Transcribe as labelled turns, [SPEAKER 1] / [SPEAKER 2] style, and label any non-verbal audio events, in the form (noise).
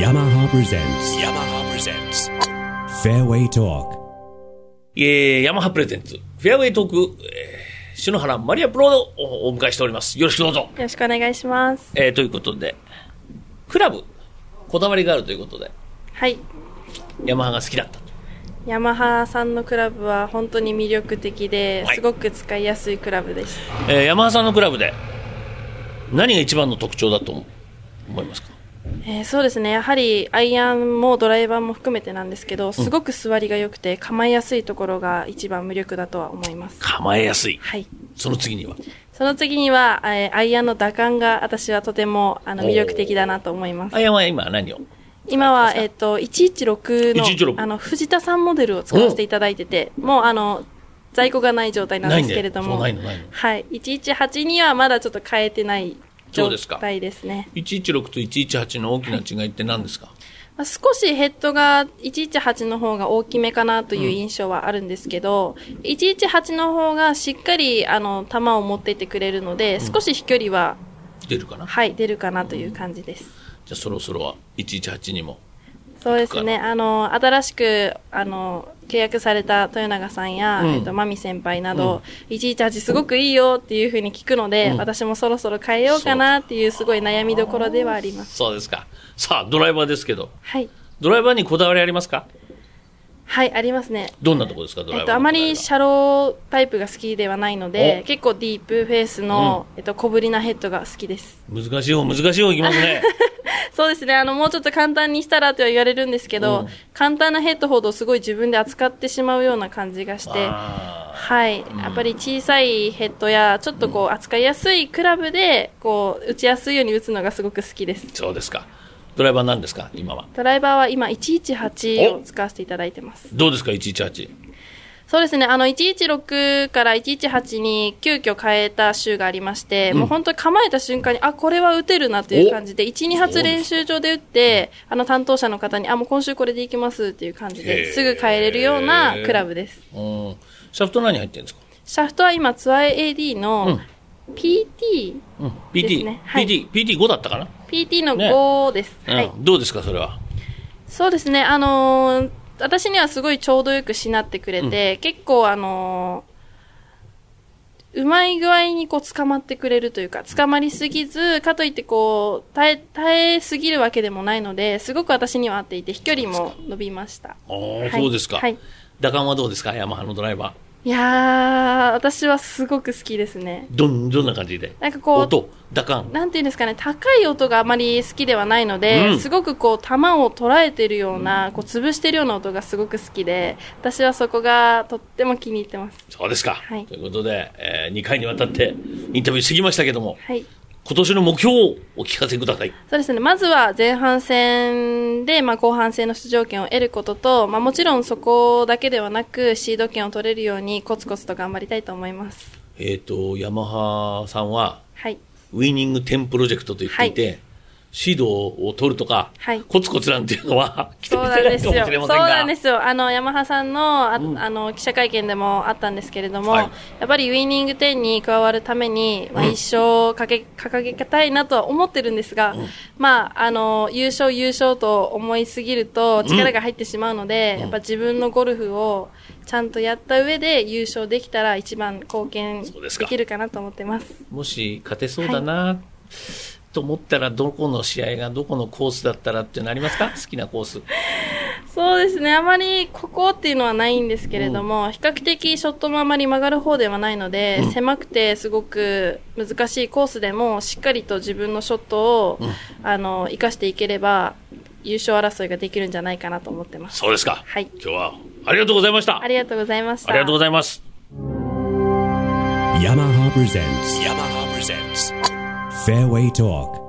[SPEAKER 1] yamaha presents yamaha presents fairway talk
[SPEAKER 2] えー、ヤマハプレゼンツ、フェアウェイトーク、えー、篠原マリアプロをおお迎えしております。よろしくどうぞ。
[SPEAKER 3] よろしくお願いします。
[SPEAKER 2] えー、ということで、クラブ、こだわりがあるということで、
[SPEAKER 3] はい。
[SPEAKER 2] ヤマハが好きだったと。
[SPEAKER 3] ヤマハさんのクラブは本当に魅力的で、
[SPEAKER 2] はい
[SPEAKER 3] すごく使いやすいクラブです。
[SPEAKER 2] えー、ヤマハさんのクラブで、何が一番の特徴だと思思いますか
[SPEAKER 3] えーそうですね。やはりアイアンもドライバーも含めてなんですけど、すごく座りが良くて構えやすいところが一番魅力だとは思います。
[SPEAKER 2] 構えやすい。
[SPEAKER 3] はい。
[SPEAKER 2] その次には。
[SPEAKER 3] その次には、えーアイアンの打感が私はとてもあの
[SPEAKER 2] おー
[SPEAKER 3] 魅力的だなと思います
[SPEAKER 2] あ。やまは今何を
[SPEAKER 3] 今は、えっ、と、116の、
[SPEAKER 2] 116
[SPEAKER 3] あの、藤田さんモデルを使わせていただいてて、もうあの、在庫がない状態なんですけれども。
[SPEAKER 2] ないんだよそうないのないの
[SPEAKER 3] はい。118にはまだちょっと変えてない
[SPEAKER 2] そ
[SPEAKER 3] 状
[SPEAKER 2] うですか
[SPEAKER 3] 態ですね。
[SPEAKER 2] ?116 と118の大きな違いって何ですか
[SPEAKER 3] まあ、少しヘッドが118の方が大きめかなという印象はあるんですけど、118の方がしっかり、あの、球を持っていってくれるので、少し飛距離は、
[SPEAKER 2] 出るかなじゃ
[SPEAKER 3] はい、出るかなという感じです。
[SPEAKER 2] あそろそろは118にも。
[SPEAKER 3] そうですね。あの、新しく、あの、契約された豊永さんや、
[SPEAKER 2] うん
[SPEAKER 3] えっと、まみ先輩など、118すごくいいよっていうふうに聞くので、私もそろそろ変えようかなっていうすごい悩みどころではあります。
[SPEAKER 2] そうですか。さあ、ドライバーですけど、
[SPEAKER 3] はい。
[SPEAKER 2] ドライバーにこだわりありますか
[SPEAKER 3] はい、ありますね。
[SPEAKER 2] どんなとこですか、ドライバ
[SPEAKER 3] えっ
[SPEAKER 2] ー
[SPEAKER 3] と、
[SPEAKER 2] の
[SPEAKER 3] あま
[SPEAKER 2] ドライ
[SPEAKER 3] り
[SPEAKER 2] バー
[SPEAKER 3] シャロータイプが好きではないので
[SPEAKER 2] お、
[SPEAKER 3] 結構ディープフェイスの、えっと、小ぶりなヘッドが好きです。
[SPEAKER 2] 難しい方、難しい方いきます
[SPEAKER 3] (laughs)
[SPEAKER 2] ね。
[SPEAKER 3] そうですね。あの、もうちょっと簡単にしたらとは言われるんですけど、
[SPEAKER 2] うん
[SPEAKER 3] 簡単なヘッドほどすごい自分で扱ってしまうような感じがして、
[SPEAKER 2] あ
[SPEAKER 3] はい、やっぱり小さいヘッドやちょっとこう扱いやすいクラブでこう打ちやすいように打つのがすごく好きです
[SPEAKER 2] ーそうですか。ドライバーなんですか、今は。
[SPEAKER 3] ドライバーは今118を使わせていただいてます
[SPEAKER 2] どうですか、118。
[SPEAKER 3] そうですねあの116から118に急遽変えた週がありまして、もう本当に構えた瞬間にあこれは打てるなという感じで12発練習場で打ってあの担当者の方にあもう今週これでいきますっていう感じ
[SPEAKER 2] へー
[SPEAKER 3] ですぐ変えれるようなクラブです
[SPEAKER 2] うん。シャフト何入ってるんですか
[SPEAKER 3] シャフトは今ツアー AD の PT、
[SPEAKER 2] うん。
[SPEAKER 3] で
[SPEAKER 2] PT、
[SPEAKER 3] すねはい
[SPEAKER 2] PT、PT5 だったかな、
[SPEAKER 3] PT の
[SPEAKER 2] ね
[SPEAKER 3] 5です、はい
[SPEAKER 2] うん。どうですか、それは。
[SPEAKER 3] そうですね、あのー私にはすごいちょうどよくしなってくれて、結構、あのーうまい具合にこう捕まってくれるというか、捕まりすぎず、かといってこう、耐え、耐えすぎるわけでもないので、すごく私には合っていて、飛距離も伸びました。
[SPEAKER 2] ああ、
[SPEAKER 3] はい
[SPEAKER 2] そうですか。
[SPEAKER 3] はい
[SPEAKER 2] 打感はどうですか、ヤマハのドライバ
[SPEAKER 3] いやー、私はすごく好きですね。
[SPEAKER 2] ー。どん、どんな感じで
[SPEAKER 3] なんかこう、
[SPEAKER 2] 音、打感。
[SPEAKER 3] なんていうんですかね、高い音があまり好きではないので、
[SPEAKER 2] うん
[SPEAKER 3] すごくこう、球を捉えてるような、こう、潰してるような音がすごく好きで、私はそこがとっても気に入ってます。
[SPEAKER 2] そうですか。
[SPEAKER 3] はい
[SPEAKER 2] ということで、え2回にわたってインタビューしてきましたけども、
[SPEAKER 3] はい。
[SPEAKER 2] 今年の目標をお聞かせください。
[SPEAKER 3] そうですね。まずは前半戦で、まあ、後半戦の出場権を得ることと、まあ、もちろんそこだけではなく、シード権を取れるように、コツコツと頑張りたいと思います。
[SPEAKER 2] えっ、と、ヤマハさんは、
[SPEAKER 3] はい。
[SPEAKER 2] ウィニング10プロジェクトと言っていて、シードを取るとか、
[SPEAKER 3] はい
[SPEAKER 2] コツコツなんていうのは (laughs) 期
[SPEAKER 3] そう
[SPEAKER 2] 待し
[SPEAKER 3] な
[SPEAKER 2] てない
[SPEAKER 3] んです
[SPEAKER 2] かもしれ
[SPEAKER 3] よ。そ
[SPEAKER 2] ま
[SPEAKER 3] う
[SPEAKER 2] せん
[SPEAKER 3] な
[SPEAKER 2] が
[SPEAKER 3] んで、すよ。あの、ヤマハさんの、あ,、の、記者会見でもあったんですけれども、
[SPEAKER 2] はい
[SPEAKER 3] やっぱりウィニング10に加わるために、まあ、一生かけ、掲げたいなとは思ってるんですが、まあ、あの、優勝優勝と思いすぎると力が入ってしまうので、やっぱ自分のゴルフをちゃんとやった上で優勝できたら一番貢献で
[SPEAKER 2] そうですか
[SPEAKER 3] きるかなと思ってます。
[SPEAKER 2] もし勝てそうだな、と思ったら、どこの試合がどこのコースだったらってなりますか好きなコース。
[SPEAKER 3] そうですね、あまりここっていうのはないんですけれども、比較的ショットもあまり曲がる方ではないので、狭くてすごく難しいコースでも、しっかりと自分のショットを、あの生かしていければ、優勝争いができるんじゃないかなと思ってます。
[SPEAKER 2] そうですか。
[SPEAKER 3] はい
[SPEAKER 2] 今日は、ありがとうございました。
[SPEAKER 3] ありがとうございました。
[SPEAKER 2] ありがとうございます。
[SPEAKER 1] yamaha presents yamaha presents fairway talk